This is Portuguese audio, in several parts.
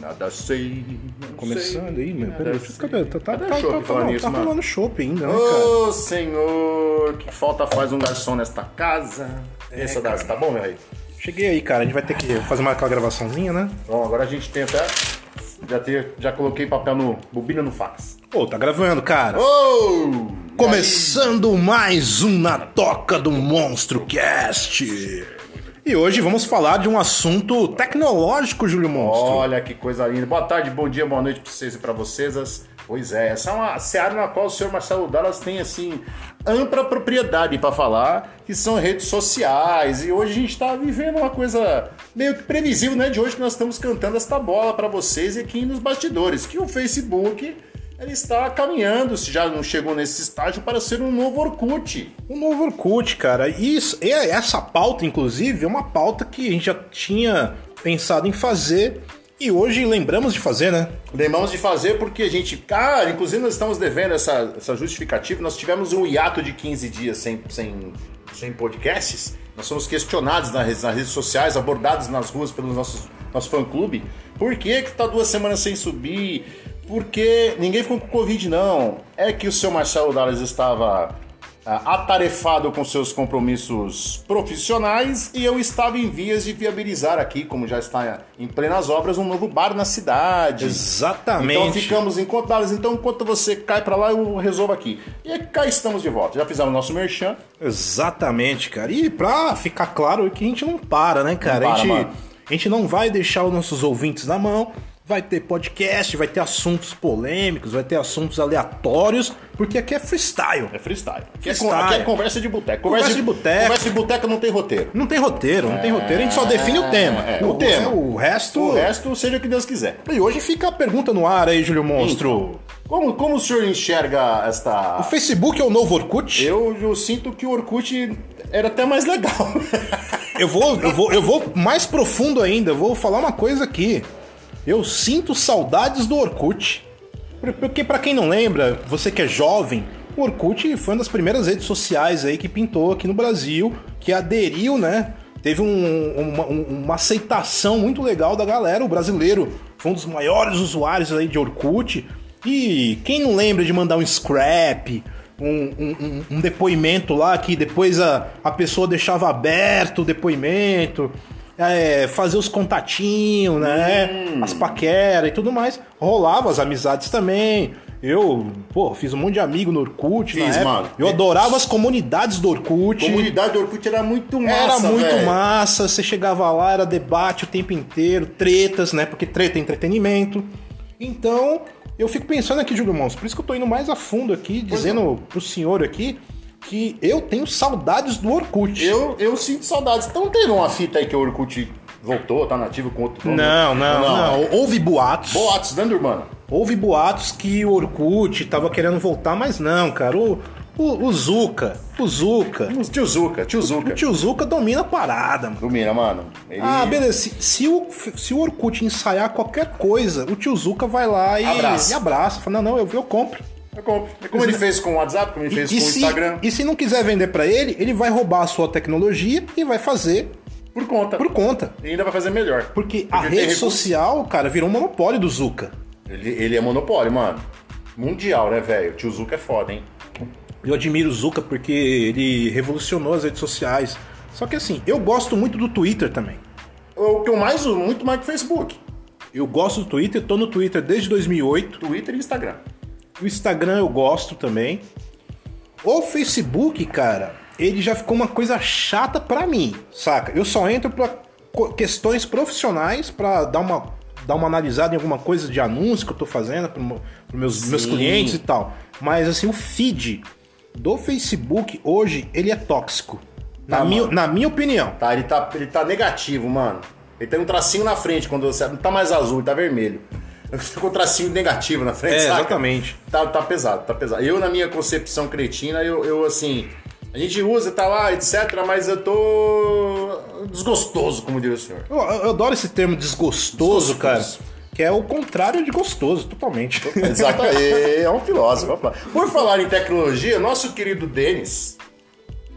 Nada sei. não Começando sei, aí, meu. nada Peraí, sei. tá, tá, tá, Cadê tá, o tá, chopp tá, falando não, isso, tá mano? rolando chopp ainda, né, cara? Ô senhor, que falta faz um garçom nesta casa. Essa das, tá bom, meu rei? Cheguei aí, cara. A gente vai ter que fazer uma aquela gravaçãozinha, né? Bom, agora a gente tem até. Já, te- já coloquei papel no. bobina no fax. Pô, tá gravando, cara. Ô! Começando mais um Na Toca do Monstro Cast. E hoje vamos falar de um assunto tecnológico, Júlio Monstro. Olha que coisa linda. Boa tarde, bom dia, boa noite pra vocês e pra vocês. Pois é, essa é uma seara na qual o senhor Marcelo Dallas tem, assim, ampla propriedade pra falar, que são redes sociais. E hoje a gente tá vivendo uma coisa meio que previsível, né? De hoje que nós estamos cantando esta bola pra vocês e aqui nos bastidores, que o Facebook ele está caminhando, se já não chegou nesse estágio, para ser um novo Orkut. O Um novo Orkut, cara. E Isso, e é, essa pauta, inclusive, é uma pauta que a gente já tinha pensado em fazer e hoje lembramos de fazer, né? Lembramos de fazer porque a gente. Cara, inclusive nós estamos devendo essa, essa justificativa. Nós tivemos um hiato de 15 dias sem, sem, sem podcasts. Nós somos questionados nas redes, nas redes sociais, abordados nas ruas pelos nossos nosso fã-clube. Por que que tá duas semanas sem subir? Porque ninguém ficou com Covid, não. É que o seu Marcelo Dallas estava ah, atarefado com seus compromissos profissionais e eu estava em vias de viabilizar aqui, como já está em plenas obras, um novo bar na cidade. Exatamente. Então ficamos encontrados. Então, enquanto você cai pra lá, eu resolvo aqui. E cá estamos de volta. Já fizemos nosso merchan. Exatamente, cara. E pra ficar claro que a gente não para, né, cara? Não a, para, gente, mano. a gente não vai deixar os nossos ouvintes na mão. Vai ter podcast, vai ter assuntos polêmicos, vai ter assuntos aleatórios, porque aqui é freestyle. É freestyle. Aqui é, con- Freestyle. aqui é conversa de boteco. Conversa de boteco. Conversa de boteco não tem roteiro. Não tem roteiro, não tem roteiro, a gente só define o tema. é, o tema. O resto. O resto, seja o que Deus quiser. E hoje fica a pergunta no ar aí, Júlio Monstro. Como, como o senhor enxerga O esta. Facebook é o novo Orkut? Eu, eu sinto que o Orkut era até mais legal. Eu vou, eu vou, eu vou mais profundo ainda, eu vou falar uma coisa aqui. Eu sinto saudades do Orkut. Por- Porque pra quem não lembra, você que é jovem, o Orkut foi uma das primeiras redes sociais aí que pintou aqui no Brasil, que aderiu, né? Teve um- uma, um- uma aceitação muito legal da galera. O brasileiro foi um dos maiores usuários aí de Orkut. E quem não lembra de mandar um scrap, um, um- um- um depoimento lá que depois a, a pessoa deixava aberto o depoimento, é, fazer os contatinhos, né? Hum. As paqueras e tudo mais. Rolava as amizades também. Eu, pô, fiz um monte de amigo no Orkut. na Fiz, época. mano. Eu adorava as comunidades do Orkut. comunidade do Orkut era muito massa, Era muito velho. massa, você chegava lá, era debate o tempo inteiro, tretas, né? Porque treta é entretenimento. Então, eu fico pensando aqui, Júlio Monstro, por isso que eu tô indo mais a fundo aqui, dizendo pro senhor aqui que eu tenho saudades do Orkut. Eu, eu sinto saudades. Então teve uma fita aí que o Orkut voltou, tá nativo com outro nome. Não, não, não, Houve boatos. Boatos, né, Durmano? Houve boatos que o Orkut tava querendo voltar, mas não, cara. O, o, o Zuka, o Zuka, Tio Zuca, tio o Zuca. tio Zuka domina a parada, mano. Domina, mano. Ele Ah, beleza. Se, se o, se o Orkut ensaiar qualquer coisa, o tio Zuka vai lá e Abraça. e abraça. Fala, não, não, eu, eu compro. Eu compro. É Como ele fez com o WhatsApp, como ele fez com o se, Instagram. e se não quiser vender pra ele, ele vai roubar a sua tecnologia e vai fazer Por conta. por conta. E ainda vai fazer melhor. Porque a ele tem rede recurso. social, cara, virou um monopólio do Zuka. Ele, ele é monopólio, mano. Mundial, né, velho? Tio Zuca é foda, hein? Eu admiro o Zuka porque ele revolucionou as redes sociais. Só que assim, eu gosto muito do Twitter também. O que eu mais uso, muito mais que o Facebook. Eu gosto do Twitter, tô no Twitter desde 2008. Twitter e Instagram. O Instagram eu gosto também. O Facebook, cara, ele já ficou uma coisa chata pra mim, saca? Eu só entro pra co- questões profissionais, pra dar uma, dar uma analisada em alguma coisa de anúncio que eu tô fazendo pros meus, meus Sim. clientes e tal. Mas assim, o feed do Facebook hoje, ele é tóxico. Na, Tá, minha, mano. na minha opinião. Tá, ele tá, ele tá negativo, mano. Ele tem um tracinho na frente quando você. Não tá mais azul, ele tá vermelho. Ficou um tracinho negativo na frente, É, saca? exatamente. Tá, tá pesado, tá pesado. Eu, na minha concepção cretina, eu, eu, assim. A gente usa, tá lá, etc., mas eu tô. desgostoso, como diria o senhor. Eu, eu adoro esse termo Desgostoso. desgostoso, cara. Que é o contrário de gostoso, totalmente. Exato, é é um filósofo. vamos lá. Por falar em tecnologia, nosso querido Denis,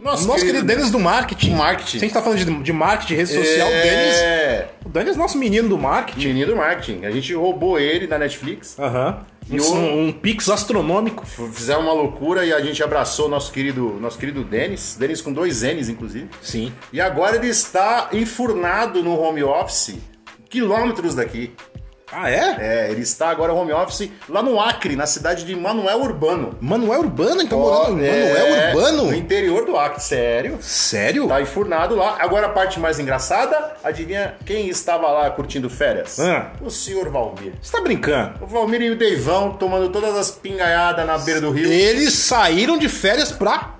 Nosso, querido, Denis do marketing. Marketing. Se a gente tá falando de, de marketing, rede social, o Denis. é... O Denis é nosso menino do marketing. Menino do marketing. A gente roubou ele da Netflix, Aham. E Um- o- Um, pix astronômico. f- fizeram uma loucura e a gente abraçou nosso querido, nosso querido Denis. Denis com dois N's, inclusive. Sim. E agora ele está enfurnado no home office, quilômetros daqui. Ah, é? É, ele está agora home office lá no Acre, na cidade de Manuel Urbano. Manuel Urbano? Então morando em É, Manuel No Urbano? interior do Acre, sério. Sério? Tá enfurnado lá. Agora a parte mais engraçada, adivinha quem estava lá curtindo férias? Ah. O senhor Valmir. Você tá brincando? O Valmir e o Deivão tomando todas as pingaiadas na beira do rio. Eles saíram de férias pra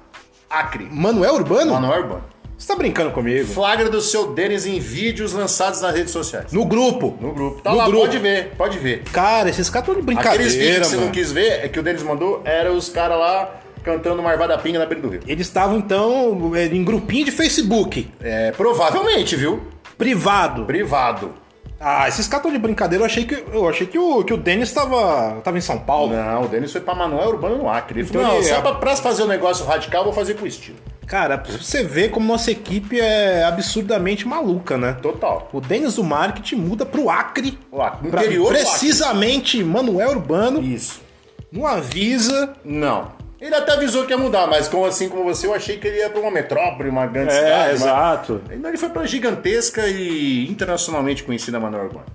Acre. Manuel Urbano? Manuel Urbano. Você tá brincando comigo? Flagra do seu Denis em vídeos lançados nas redes sociais. No grupo. No grupo. Tá No lá, grupo. pode ver, pode ver. Cara, esses caras estão de Aqueles vídeos brincadeira, que você não mano. quis ver, é que o Denis mandou, era os caras lá cantando Marvada Pinga na beira do rio. Eles estavam, então, é, em grupinho de Facebook. É, provavelmente, viu? Privado. Privado. Ah, esses caras estão de brincadeira. Eu achei que, eu achei que, o, que o Denis tava, tava em São Paulo. Não, o Denis foi pra Manuel Urbano no Acre. Ele falou, Então não, ele se é- é pra, pra fazer um negócio radical, eu vou fazer com estilo. Cara, pra você ver como nossa equipe é absurdamente maluca, né? Total. O Denis do marketing muda pro Acre. O Acre. pra- Interior do Acre. precisamente Manuel Urbano. Isso. Não avisa. Não. Ele até avisou que ia mudar, mas como, assim como você, eu achei que ele ia pra uma metrópole, uma grande cidade. mas- É, exato. Então ele foi pra gigantesca e internacionalmente conhecida Manuel Urbano.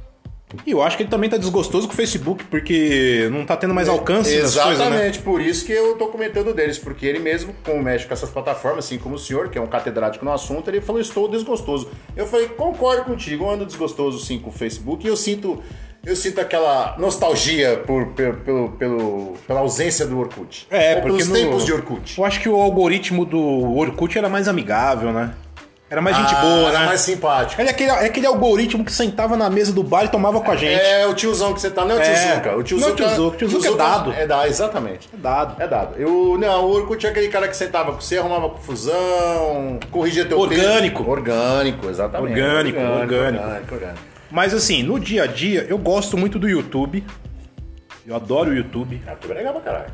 E eu acho que ele também tá desgostoso com o Facebook, porque não tá tendo mais alcance das Exatamente, coisas, né? por isso que eu tô comentando deles, porque ele mesmo, como mexe com essas plataformas, assim como o senhor, que é um catedrático no assunto, ele falou, estou desgostoso. Eu falei, concordo contigo, eu ando desgostoso sim com o Facebook e eu sinto. Eu sinto aquela nostalgia por, pe- pelo, pelo, pela ausência do Orkut. É, Ou porque pelos no- tempos de Orkut. Eu acho que o algoritmo do Orkut era mais amigável, né? Era mais gente Ah, boa, era né? mais simpático. Era aquele, é aquele algoritmo que sentava na mesa do bar e tomava com a gente. É o tiozão que você tá, não é o É. tiozuca. O tiozuca, Não é o tiozuca, o tiozuca é dado. É dado, exatamente. Dado. É dado. Eu, não, o Orkut é aquele cara que sentava com você, arrumava confusão, corrigia teu Orgânico. texto. Orgânico, exatamente. Orgânico, orgânico. orgânico, orgânico. Mas assim, no dia a dia, eu gosto muito do YouTube. Eu adoro o YouTube. Ah, tu é legal pra caralho.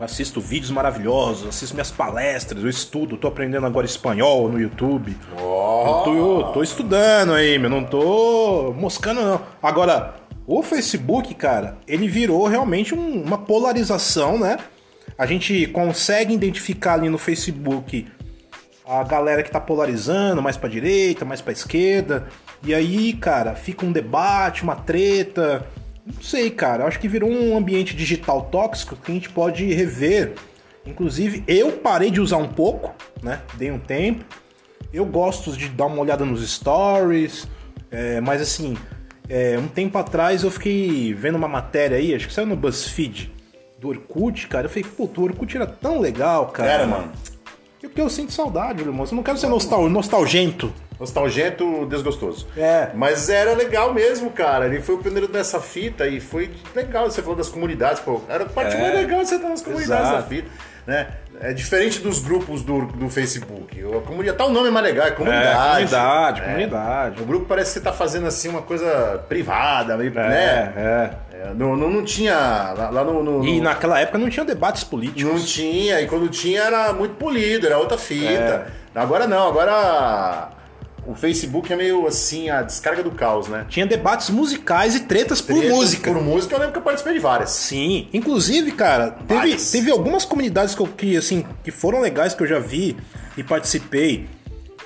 Assisto vídeos maravilhosos, assisto minhas palestras, eu estudo, tô aprendendo agora espanhol no YouTube. Eu Ó, tô, eu tô estudando aí, meu, não tô moscando não. Agora, o Facebook, cara, ele virou realmente um- uma polarização, né? A gente consegue identificar ali no Facebook a galera que tá polarizando, mais pra direita, mais pra esquerda. E aí, cara, fica um debate, uma treta. Não sei, cara. Eu acho que virou um ambiente digital tóxico que a gente pode rever. Inclusive, eu parei de usar um pouco, né? Dei um tempo. Eu gosto de dar uma olhada nos stories, é, mas assim, é, um tempo atrás eu fiquei vendo uma matéria aí, acho que saiu no BuzzFeed, do Orkut, cara. Eu falei, puto, o Orkut era tão legal, cara. Era, mano. É porque eu sinto saudade, irmão. Eu não quero ser nostal nostalgento. Nostalgento, desgostoso. É. Mas era legal mesmo, cara. Ele foi o primeiro dessa fita e foi legal. Você falou das comunidades, pô. Era a parte mais legal de você estar nas comunidades É. Exato. da fita. Né? É diferente dos grupos do, do Facebook. A comunidade, tá o nome é mais legal, é comunidade. comunidade, É. O comunidade. grupo parece que você tá fazendo assim uma coisa privada, meio, É, né? é. É, não, não, não tinha. Lá, lá no. no- E no- naquela época não tinha debates políticos. Não tinha, e quando tinha era muito polido, era outra fita. É. Agora não, agora. O Facebook é meio assim, a descarga do caos, né? Tinha debates musicais e tretas por Tretas música. Por música eu lembro que eu participei de várias. Sim, inclusive, cara, teve, Várias. teve algumas comunidades que, eu, que, assim, que foram legais que eu já vi e participei.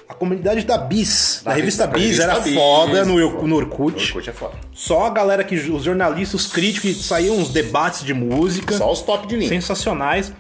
A comunidade da Bis, da, revista da Bis, era Bis, foda no, Ork- foda. no Orkut. Orkut é foda. Só a galera que, os jornalistas, os críticos, que saíam uns debates de música. Só os top de linha. sensacionais.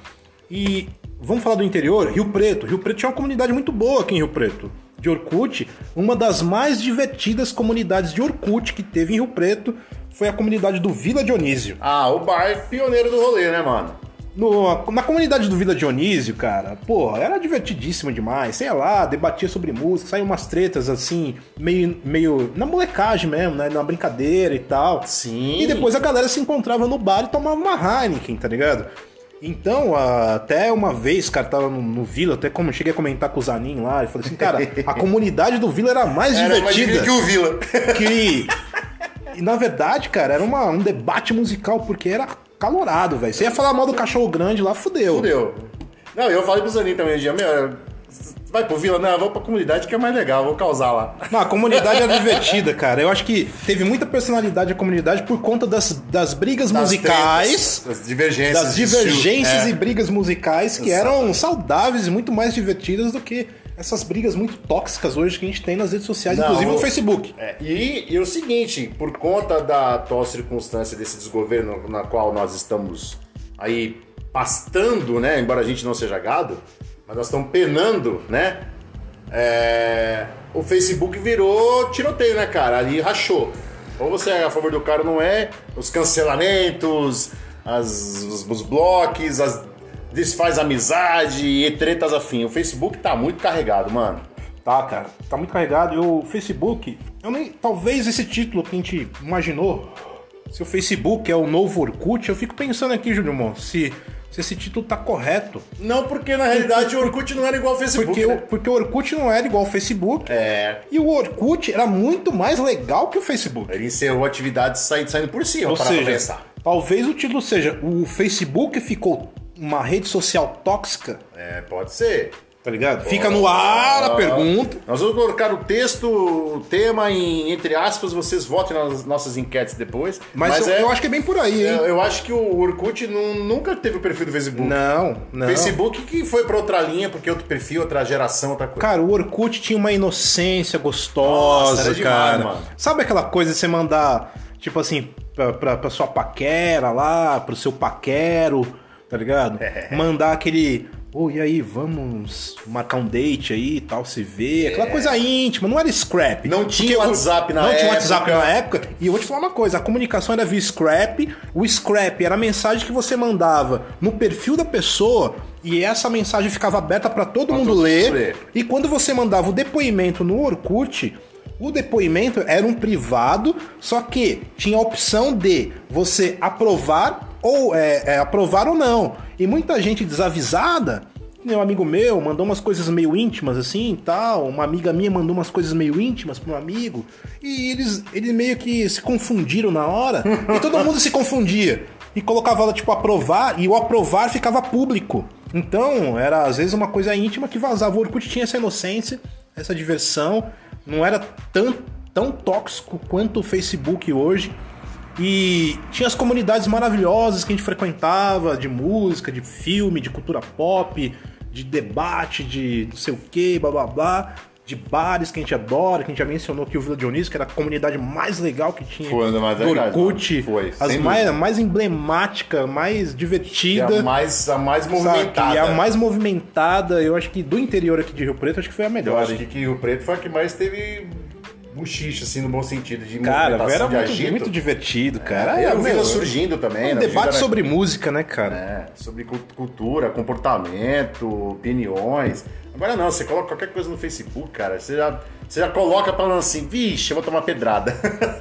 E vamos falar do interior? Rio Preto. Rio Preto tinha uma comunidade muito boa aqui em Rio Preto. De Orkut, uma das mais divertidas comunidades de Orkut que teve em Rio Preto foi a comunidade do Vila Dionísio. Ah, o bar é pioneiro do rolê, né, mano? No- na comunidade do Vila Dionísio, cara, pô, era divertidíssima demais. Sei lá, debatia sobre música, saiam umas tretas assim, meio, meio na molecagem mesmo, né? Na brincadeira e tal. Sim. E depois a galera se encontrava no bar e tomava uma Heineken, tá ligado? Então, a- até uma vez, cara, tava no, no Vila, até como cheguei a comentar com o Zanin lá, e falei assim, cara, a comunidade do Vila era mais Era mais divertida divertido que o Vila. que. E na verdade, cara, era uma- um debate musical, porque era calorado, velho. Você ia falar mal do cachorro grande lá, fudeu. Fudeu. Não, eu falei pro Zanin também um dia, meu, Vai pro Vila? Não, vou pra comunidade que é mais legal, vou causar lá. Não, a comunidade é divertida, cara. Eu acho que teve muita personalidade a comunidade por conta das, das brigas Das musicais. tretas, das divergências. das de estilo. divergências É. e brigas musicais que eram saudáveis e muito mais divertidas do que essas brigas muito tóxicas hoje que a gente tem nas redes sociais, Não, inclusive no eu- Facebook. É, e, e o seguinte, por conta da atual circunstância desse desgoverno na qual nós estamos aí pastando, né? Embora a gente não seja gado, mas nós estamos penando, né? É, o Facebook virou tiroteio, né, cara? Ali rachou. Ou você é a favor do cara ou não é, os cancelamentos, as- os, os blocos, as desfaz amizade e tretas afim. O Facebook tá muito carregado, mano. Tá, cara, tá muito carregado. E o Facebook, eu nem, talvez esse título que a gente imaginou, se o Facebook é o novo Orkut, eu fico pensando aqui, Júlio Mon, se, se esse título tá correto. Não, porque na realidade o Orkut não era igual ao Facebook. Porque, né? o, porque o Orkut não era igual ao Facebook. É, E o Orkut era muito mais legal que o Facebook. ele encerrou a atividade saindo, saindo por cima, Ou para pra seja, pensar. talvez o título seja O Facebook ficou uma rede social tóxica, É, pode ser. tá ligado? Fica no ar Ah. a pergunta. Nós vamos colocar o texto, o tema em entre aspas, vocês votem nas nossas enquetes depois. Mas, eu, é, eu acho que é bem por aí, hein? eu- eu acho que o Orkut nu- nunca teve o perfil do Facebook. Não, não. O Facebook que foi pra outra linha, porque outro perfil, outra geração, outra coisa. Cara, o Orkut tinha uma inocência gostosa, Nossa, era demais, cara. mano. Sabe aquela coisa de você mandar, tipo assim, pra, pra, pra sua paquera lá, pro seu paquero, tá ligado? É. Mandar aquele. Ô, e aí, vamos marcar um date aí e tal, se vê. Aquela coisa íntima, não era scrap. É. Não tinha WhatsApp na não Não tinha época. WhatsApp na época. E eu vou te falar uma coisa, a comunicação era via scrap. O scrap era a mensagem que você mandava no perfil da pessoa e essa mensagem ficava aberta pra todo mundo todo ler. mundo ler. E quando você mandava o depoimento no Orkut, o depoimento era um privado, só que tinha a opção de você aprovar ou é, é, aprovar ou não. E muita gente desavisada, um amigo meu mandou umas coisas meio íntimas assim, e tal, uma amiga minha mandou umas coisas meio íntimas para um amigo, e eles, eles meio que se confundiram na hora, e todo mundo se confundia e colocava ela tipo aprovar e o aprovar ficava público. Então, era às vezes uma coisa íntima que vazava. O Orkut tinha essa inocência, essa diversão, não era tão, tão tóxico quanto o Facebook hoje. E tinha as comunidades maravilhosas que a gente frequentava, de música, de filme, de cultura pop, de debate, de não sei o que, blá blá blá, de bares que a gente adora, que a gente já mencionou aqui o Vila Dionísio, que era a comunidade mais legal que tinha. Foi uma das mais do legais, é Orkut, foi, as sem mais, dúvida. mais emblemática, mais E divertida. a mais, a mais sabe? movimentada. E a mais movimentada, eu acho que do interior aqui de Rio Preto, acho que foi a Eu melhor. acho hein? que que Rio Preto foi a que mais teve buchicho, assim, no bom sentido, de Cara, movimentação, era de muito, tá agito. É, muito divertido, cara. e Era, o Vila meu, surgindo também, um né? O Vila debate era- sobre música, né, cara? É, sobre cu- cultura, comportamento, opiniões. Agora não, você coloca qualquer coisa no Facebook, cara, você já, você já coloca falando assim, vixe, eu vou tomar pedrada.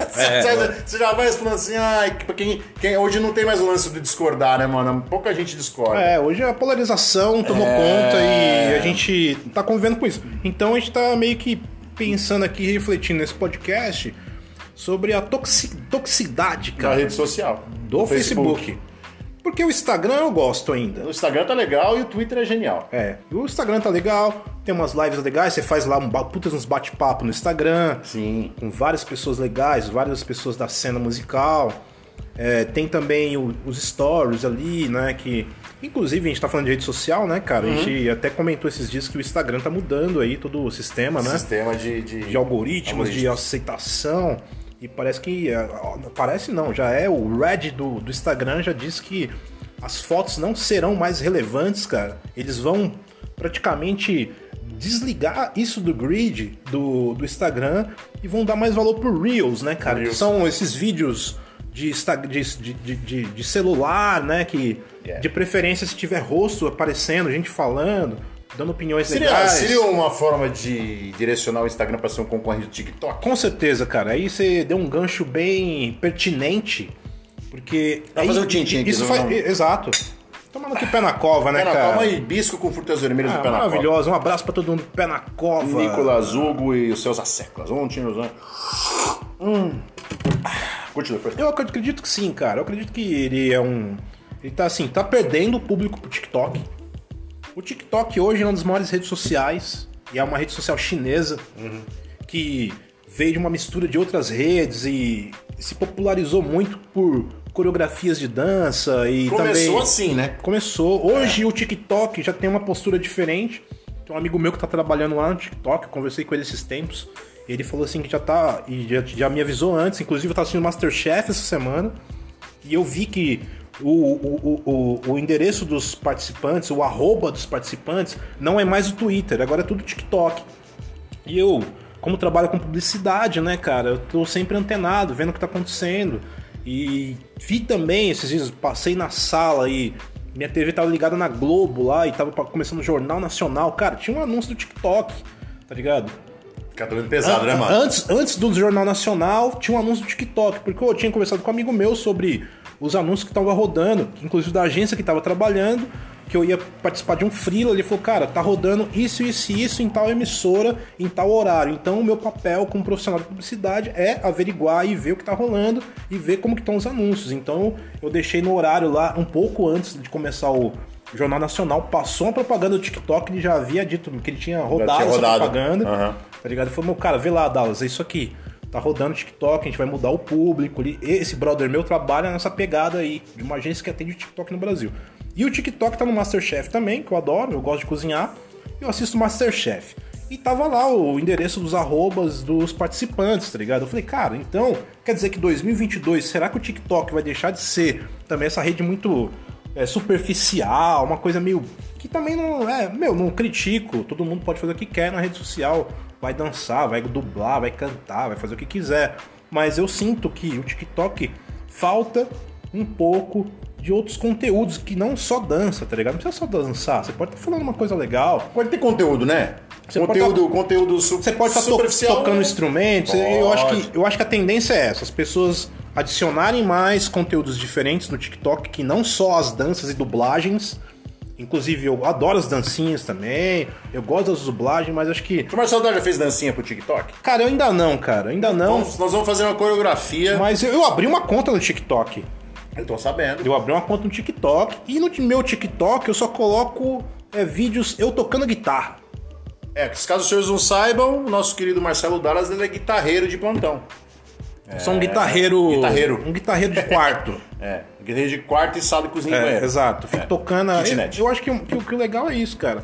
Você- É. você, você já vai falando assim, ai, que- quem, quem, hoje não tem mais o lance de discordar, né, mano? Pouca gente discorda. É, hoje a polarização tomou É. conta e a gente tá convivendo com isso. Então a gente tá meio que pensando aqui, refletindo nesse podcast sobre a toxi- toxicidade, Da cara, rede social. É. do Facebook. Porque o Instagram eu gosto ainda. O Instagram tá legal e o Twitter é genial. É, e o Instagram tá legal, tem umas lives legais, você faz lá um ba- putas uns bate-papo no Instagram, Sim. com várias pessoas legais, várias pessoas da cena musical. É, tem também o- os stories ali, né? Que. Inclusive, a gente tá falando de rede social, né, cara? A gente até comentou esses dias que o Instagram tá mudando aí todo o sistema, né? Sistema de... de... de algoritmos, de aceitação. E parece que. é, ó, Parece não, já é o Red do, do Instagram já diz que as fotos não serão mais relevantes, cara. Eles vão praticamente desligar isso do grid do, do Instagram e vão dar mais valor pro Reels, né, cara? Que Reels. são esses vídeos de, Insta- de, de, de- de celular, né? Que Yeah. de preferência se tiver rosto aparecendo, gente falando, dando opiniões Seria, legais. seria uma forma de direcionar o Instagram para ser um concorrente do TikTok? Com certeza, cara. Aí você deu um gancho bem pertinente, porque... Vai aí- fazer o tintim aqui, Isso não- faz... não. Exato. Tomando aqui pé na cova, né, Pé na cara? Palma e bisco com frutas vermelhas Ah, do pé na palma. maravilhosa. Um abraço pra todo mundo. Pé na cova. Nicolas Hugo e os seus asseclas. Ontem, os Hum. Continua, foi. Eu acredito que sim, cara. Eu acredito que ele é um... Ele tá assim, tá perdendo o público pro TikTok. O TikTok hoje é uma das maiores redes sociais. e é uma rede social chinesa que veio de uma mistura de outras redes e se popularizou muito por coreografias de dança e Começou também assim, né? começou. Hoje o TikTok já tem uma postura diferente. Tem um amigo meu que tá trabalhando lá no TikTok, eu conversei com ele esses tempos. E ele falou assim que já tá. E já, já me avisou antes, inclusive eu tava assistindo Masterchef essa semana. E eu vi que o, o, o, o, o endereço dos participantes, o arroba dos participantes, não é mais o Twitter, agora é tudo TikTok. E eu, como trabalho com publicidade, né, cara, eu tô sempre antenado, vendo o que tá acontecendo. E vi também esses dias, passei na sala e minha TV tava ligada na Globo lá e tava pa- começando o Jornal Nacional. Cara, tinha um anúncio do TikTok, tá ligado? Fica doendo pesado, Ah, né, mano? Antes, antes do Jornal Nacional, tinha um anúncio do TikTok, porque eu tinha conversado com um amigo meu sobre os anúncios que estavam rodando, inclusive da agência que estava trabalhando, que eu ia participar de um freela, ele falou, cara, tá rodando isso, isso e isso em tal emissora, em tal horário. Então, o meu papel como profissional de publicidade é averiguar e ver o que tá rolando e ver como que estão os anúncios. Então, eu deixei no horário lá, um pouco antes de começar o Jornal Nacional, passou uma propaganda do TikTok, ele já havia dito que ele tinha rodado, tinha essa rodado. propaganda. Aham. Tá ligado? Ele falou, meu cara, vê lá, Dallas, é isso aqui. Tá rodando TikTok, a gente vai mudar o público. Ele- Esse brother meu trabalha nessa pegada aí, de uma agência que atende o TikTok no Brasil. E o TikTok tá no Masterchef também, que eu adoro, eu gosto de cozinhar. Eu assisto Masterchef. E tava lá o endereço dos arrobas dos participantes, tá ligado? Eu falei, cara, então, quer dizer que 2022, será que o TikTok vai deixar de ser também essa rede muito é, superficial, uma coisa meio. que também não é. Meu, não critico. Todo mundo pode fazer o que quer na rede social. Vai dançar, vai dublar, vai cantar, vai fazer o que quiser. Mas eu sinto que o TikTok falta um pouco de outros conteúdos que não só dança, tá ligado? Não precisa só dançar. Você pode estar falando uma coisa legal. Pode ter conteúdo, né? Você tá- conteúdo, conteúdo su Você pode estar to- superficial. tocando né? instrumentos. Eu acho, Pode. que, eu acho que a tendência é essa. As pessoas adicionarem mais conteúdos diferentes no TikTok, que não só as danças e dublagens. Inclusive, eu adoro as dancinhas também. Eu gosto das dublagens, mas acho que. O Marcelo Dá já fez dancinha pro TikTok? Cara, eu ainda não, cara. Ainda não. Vamos- nós vamos fazer uma coreografia. Mas eu- eu abri uma conta no TikTok. Eu tô sabendo. Eu abri uma conta no TikTok. E no meu TikTok eu só coloco é, vídeos eu tocando guitarra. É, caso os senhores não saibam, o nosso querido Marcelo Dallas ele é guitarreiro de plantão. Sou um guitarreiro. É. Guitarreiro. Um guitarreiro de quarto. É, guitarreiro de quarto e sala e cozinha e É, banheiro. exato. Fico tocando. a- Eu, Kitnet. eu acho que, o- que o- que o legal é isso, cara.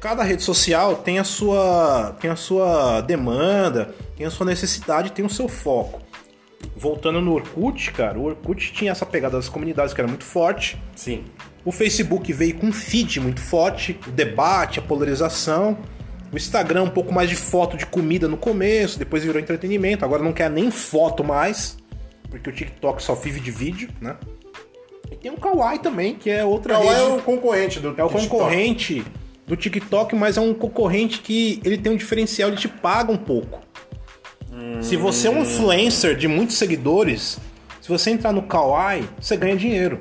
Cada rede social tem a sua tem a sua demanda, tem a sua necessidade, tem o seu foco. Voltando no Orkut, cara, o Orkut tinha essa pegada das comunidades que era muito forte. Sim. O Facebook veio com um feed muito forte, o debate, a polarização. O Instagram um pouco mais de foto de comida no começo, depois virou entretenimento, agora não quer nem foto mais, porque o TikTok só vive de vídeo, né? E tem o Kawaii também, que é outra Então rede. é o concorrente do É o TikTok. concorrente do TikTok, mas é um concorrente que ele tem um diferencial, ele te paga um pouco. Se você é um influencer de muitos seguidores, se você entrar no Kawaii, você ganha dinheiro.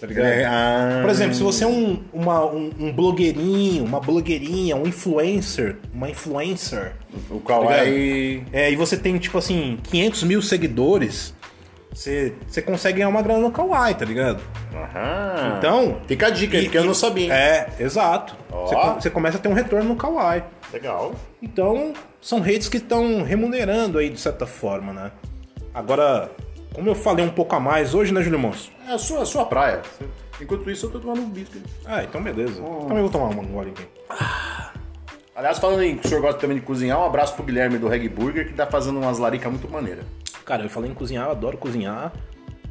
Tá ligado? É, ah, Por exemplo, se você é um, uma- um, um blogueirinho, uma blogueirinha, um influencer, uma influencer, o Kawaii. é, e você tem, tipo assim, 500 mil seguidores, você, você consegue ganhar uma grana no Kawaii, tá ligado? Aham. Então, Fica a dica, E- Ah. porque eu não sabia. é, exato. Ó. Você, co- você começa a ter um retorno no Kawaii. Legal. Então, são redes que estão remunerando aí, de certa forma, né? Agora, como eu falei um pouco a mais hoje, né, Júlio Monstro? É a sua, a sua praia. Enquanto isso, eu tô tomando um biscoito. Ah, então beleza. Hum. Também vou tomar uma então. gole aqui. Aliás, falando em que o senhor gosta também de cozinhar, um abraço pro Guilherme do Reg Burger, que tá fazendo umas laricas muito maneiras. Cara, eu falei em cozinhar, eu adoro cozinhar.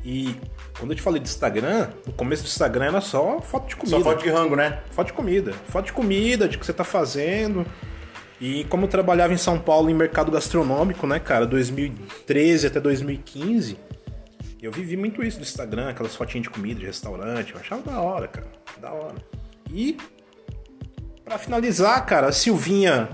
E quando eu te falei de Instagram, no começo do Instagram era só foto de comida. Só foto de rango, né? Foto de comida. Foto de comida, de o que você tá fazendo. E como eu trabalhava em São Paulo em mercado gastronômico, né, cara, 2013 até 2015, eu vivi muito isso do Instagram, aquelas fotinhas de comida, de restaurante. Eu achava da hora, cara. Da hora. E, pra finalizar, cara, a Silvinha.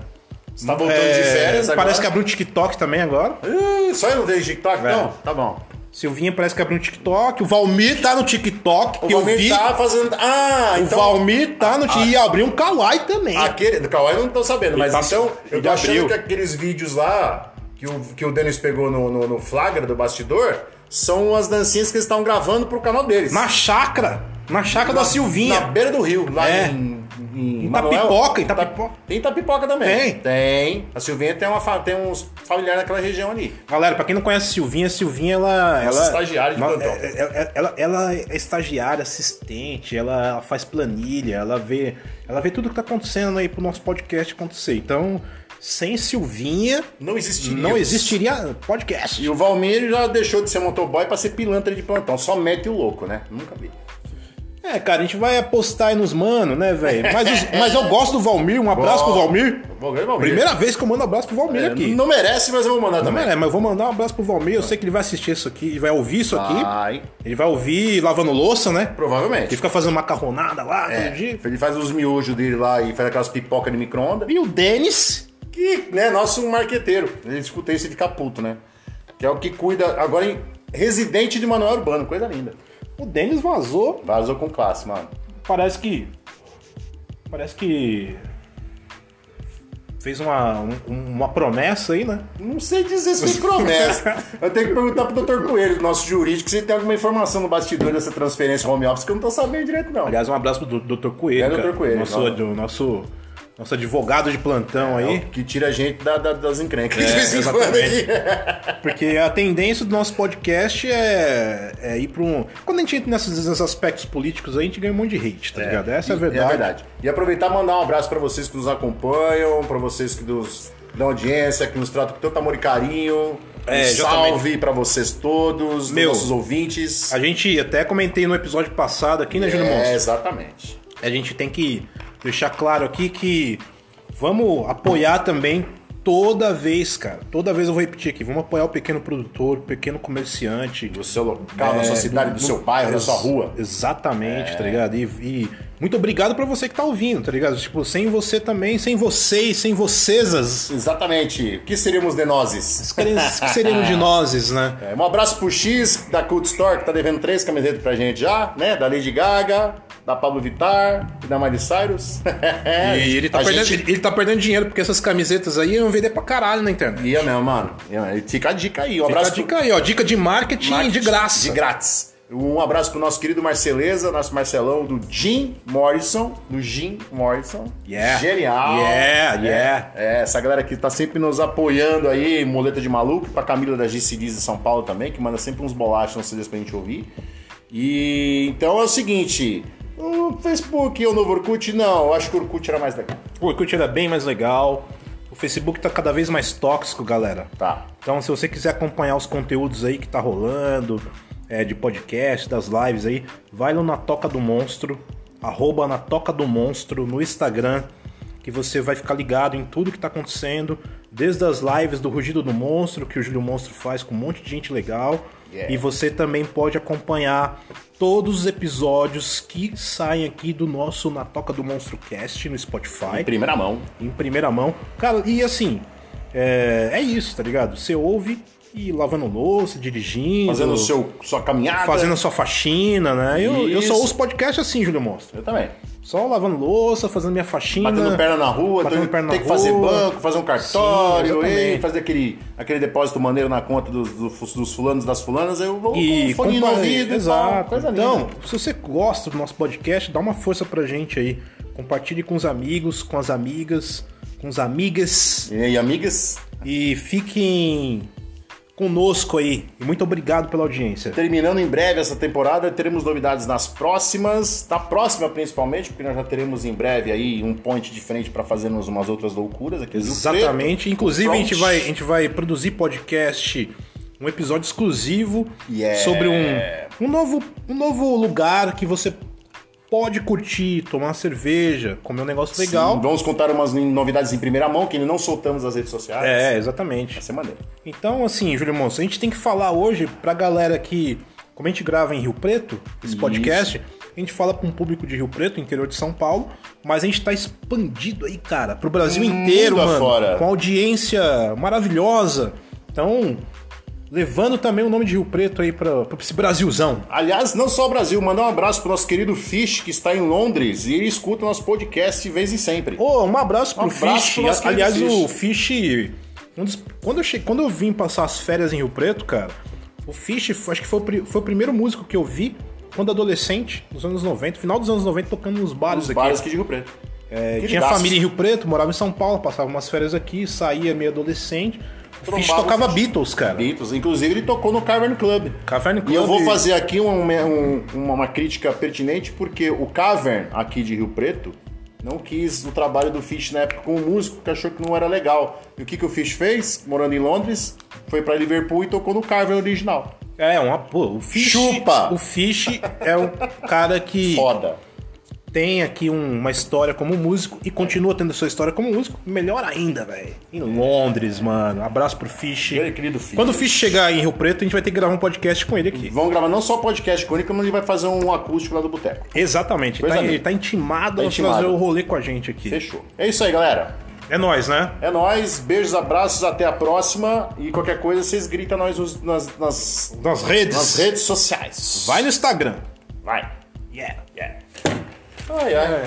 Você tá voltando de é, férias agora? Parece que abriu um TikTok também agora. Ih, Só eu não tenho TikTok? É. Não, tá bom. Silvinha parece que abriu um TikTok. O Valmir tá no TikTok, que O Valmir eu vi. tá fazendo... Ah, o então... Ah. Valmir tá no TikTok. E abriu um Kawaii também. Aquele... Do Kawaii eu não tô sabendo, mas tá- então... Eu ele tô achando abriu. que aqueles vídeos lá que o, que o Denis pegou no, no, no flagra do bastidor são as dancinhas que eles estavam gravando pro canal deles. Na chácara. Na chácara da Silvinha. Na beira do rio, lá É. em em Em Manoel- tá- Tapipoca, em Ta- Tapipoca. Tem Tapipoca também. Tem. Tem. A Silvinha tem, uma, fa- tem uns familiares naquela região ali. Galera, pra quem não conhece a Silvinha, a Silvinha ela. Nossa ela estagiária de ela- plantão. é- é- Ela, ela é estagiária, assistente, ela, ela faz planilha, ela vê, ela vê tudo que tá acontecendo aí pro nosso podcast acontecer. Então, sem Silvinha, Não existe não existiria podcast. E o Valmir já deixou de ser motoboy pra ser pilantra de plantão. Só mete o louco, né? Nunca vi. É, cara, a gente vai apostar aí nos mano, né, velho? Mas, os- mas eu gosto do Valmir, um abraço pro Valmir. Bom, grande Valmir. Primeira vez que eu mando um abraço pro Valmir É, aqui. Não merece, mas eu vou mandar também. Mano, é, mas eu vou mandar um abraço pro Valmir, eu sei que ele vai assistir isso aqui, ele vai ouvir isso aqui. Ai, Ele vai ouvir lavando louça, né? Ele provavelmente. fica fazendo macarronada lá É, todo dia. ele faz os miojos dele lá e faz aquelas pipocas de micro-ondas. E o Denis. Que, né, nosso marqueteiro. Ele escuta isso e fica puto, né? Que é o que cuida agora em residente de Manuel Urbano. Coisa linda. O Denis vazou. Vazou com classe, mano. Parece que. Parece que. Fez uma, um- uma promessa aí, né? Não sei dizer se foi promessa. Eu tenho que perguntar pro Dr. Coelho, nosso jurídico, se ele tem alguma informação no bastidor dessa transferência home office que eu não tô sabendo direito, não. Aliás, um abraço pro do- Dr. Coelho. É, Dr. cara. Coelho, Nosso, claro. do- nosso, nosso advogado de plantão aí. É Que tira a gente da- da- das encrencas. de vez em quando exatamente. aqui. Porque a tendência do nosso podcast é, é ir pra um. Quando a gente entra nesses, nesses aspectos políticos aí, a gente ganha um monte de hate, tá ligado? Essa é a verdade. É verdade. E aproveitar e mandar um abraço pra vocês que nos acompanham, pra vocês que nos dão audiência, que nos tratam com tanto amor e carinho. É, um exatamente. salve pra vocês todos, Meu. nossos ouvintes. A gente até comentei no episódio passado aqui, né, Júnior É, Monstro? exatamente. A gente tem que deixar claro aqui que vamos apoiar também toda vez, cara. Toda vez eu vou repetir aqui, vamos apoiar o pequeno produtor, o pequeno comerciante. Do seu local, da sua É, cidade, do, seu bairro, da ex- sua rua. Exatamente, tá ligado? E, e muito obrigado pra você que tá ouvindo, tá ligado? Tipo, sem você também, sem vocês, sem vocês, Exatamente. O que seríamos de nós? que seríamos de nós, né? É, um abraço pro X da Cult Store, que tá devendo três camisetas pra gente já, né? Da Lady Gaga, da Pablo Vittar e da Miley Cyrus. E ele tá, A perdendo, gente- ele- ele tá perdendo dinheiro, porque essas camisetas aí iam vender pra caralho na internet. Ia mesmo, mano. Ia mesmo. Fica a dica aí. Um Fica abraço a dica aí, ó. Dica de marketing, pro... de graça. De grátis. Um abraço pro nosso querido Marceleza, nosso Marcelão, do Jim Morrison. Do Jim Morrison. Yeah. Genial. Yeah, yeah. É, essa galera que tá sempre nos apoiando aí, Moleta de Maluco, pra Camila da GC Diz de São Paulo também, que manda sempre uns bolachos nos CDs pra gente ouvir. E então é o seguinte, o Facebook é o novo Orkut? Não, eu acho que o Orkut era mais legal. O Orkut era é bem mais legal. O Facebook tá cada vez mais tóxico, galera. Tá. Então, se você quiser acompanhar os conteúdos aí que tá rolando, é, de podcast, das lives aí, vai lá na Toca do Monstro, arroba na Toca do Monstro no Instagram, que você vai ficar ligado em tudo que tá acontecendo, desde as lives do Rugido do Monstro, que o Júlio Monstro faz com um monte de gente legal. Yeah. E você também pode acompanhar todos os episódios que saem aqui do nosso Na Toca do Monstro Cast no Spotify Em primeira mão. em primeira mão. Cara, e assim, é, é isso, tá ligado? Você ouve e lavando louça, dirigindo, Fazendo o seu, sua caminhada. fazendo a sua faxina, né? Eu, eu só Isso. ouço podcast assim, Júlio Monstro. Eu também. Só lavando louça, fazendo minha faxina. Batendo perna na rua, né? Batendo tem, perna na tem que fazer rua. banco, fazer um cartório, Sim, ei, exatamente. fazer aquele, aquele depósito maneiro na conta dos, dos, dos fulanos das fulanas, eu vou E com o fone no compa- ouvido, e tal, Exato. coisa linda. então, se você gosta do nosso podcast, dá uma força pra gente aí. Compartilhe com os amigos, com as amigas, com os amigas. E aí, amigas? E fiquem conosco aí. E muito obrigado pela audiência. Terminando em breve essa temporada, teremos novidades nas próximas, da próxima principalmente, porque nós já teremos em breve aí um point diferente para fazermos umas outras loucuras aqui. em Rio Preto. Exatamente. Inclusive, a gente, Pronto. vai, a gente vai produzir podcast, um episódio exclusivo Yeah. sobre É. um, um, novo, um novo lugar que você pode curtir, tomar uma cerveja, comer um negócio Sim, legal. vamos contar umas novidades em primeira mão que ainda não soltamos nas redes sociais. é, exatamente. Vai ser maneiro. Então, assim, Júlio Monstro, a gente tem que falar hoje pra galera que, como a gente grava em Rio Preto, esse Isso. podcast, a gente fala pra um público de Rio Preto, interior de São Paulo, mas a gente tá expandido aí, cara, pro Brasil Mundo inteiro, mano, afora. com audiência maravilhosa. Então, levando também o nome de Rio Preto aí pra, pra esse Brasilzão. Aliás, não só o Brasil, mandar um abraço pro nosso querido Fish, que está em Londres, e ele escuta o nosso podcast de vez em sempre. Ô, um abraço pro Um abraço Fish. pro nosso querido Aliás, o Fish. um dos- quando, eu che- quando eu vim passar as férias em Rio Preto, cara, o Fish foi- acho que foi, o pri- foi o primeiro músico que eu vi quando adolescente, nos anos 90, final dos anos 90, tocando nos bares Os aqui. bares aqui de Rio Preto. É, tinha família em Rio Preto, morava em São Paulo, passava umas férias aqui, saía meio adolescente. O Fish Trombava tocava o Fish. Beatles, cara. Beatles. Inclusive, ele tocou no Cavern Club. Cavern Club. E eu vou fazer aqui um- um- uma, uma crítica pertinente, porque o Cavern, aqui de Rio Preto, não quis o trabalho do Fish na época como músico, porque achou que não era legal. E o que, que o Fish fez, morando em Londres? Foi pra Liverpool e tocou no Cavern original. É, uma, pô, o Fish. Chupa! O Fish é um cara que Foda. tem aqui um- uma história como músico e continua tendo sua história como músico. Melhor ainda, velho. Em Londres, mano. Abraço pro Fish. Meu querido Fish. Quando o Fish chegar em Rio Preto, a gente vai ter que gravar um podcast com ele aqui. Vão gravar não só podcast com ele, como ele vai fazer um acústico lá do boteco. Exatamente. Ele Coisa tá, linda. ele tá intimado Tá a intimado. fazer o rolê com a gente aqui. Fechou. É isso aí, galera. É nóis, né? É nóis, beijos, abraços, até a próxima. E qualquer coisa, vocês gritam nós nos- nas, nas, Nas redes. nas redes sociais. Vai no Instagram. Vai. Yeah, yeah. Ai, ai.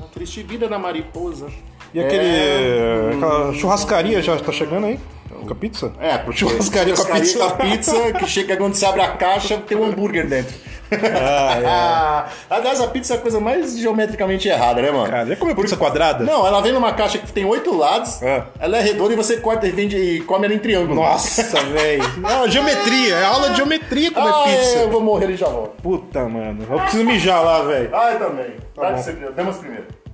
A triste vida da mariposa. E aquele. É. eh, Aquela churrascaria já tá chegando aí? Com a pizza? É, porque Churrascaria com a pizza. churrascaria com a pizza, que chega quando você abre a caixa, tem um hambúrguer dentro. É. Ah, Aliás, a pizza é a coisa mais geometricamente errada, né, mano? Cara, já comeu pizza quadrada? Não, ela vem numa caixa que tem oito lados, É. ela é redonda e você corta e vende e come ela em triângulo. Nossa, velho. Não, geometria. É aula de geometria comer Ai, pizza. eu Ah, vou morrer e já volto. Puta, mano. Eu preciso mijar lá, velho. Ai, também. Tá bom. de segredo. Demos primeiro.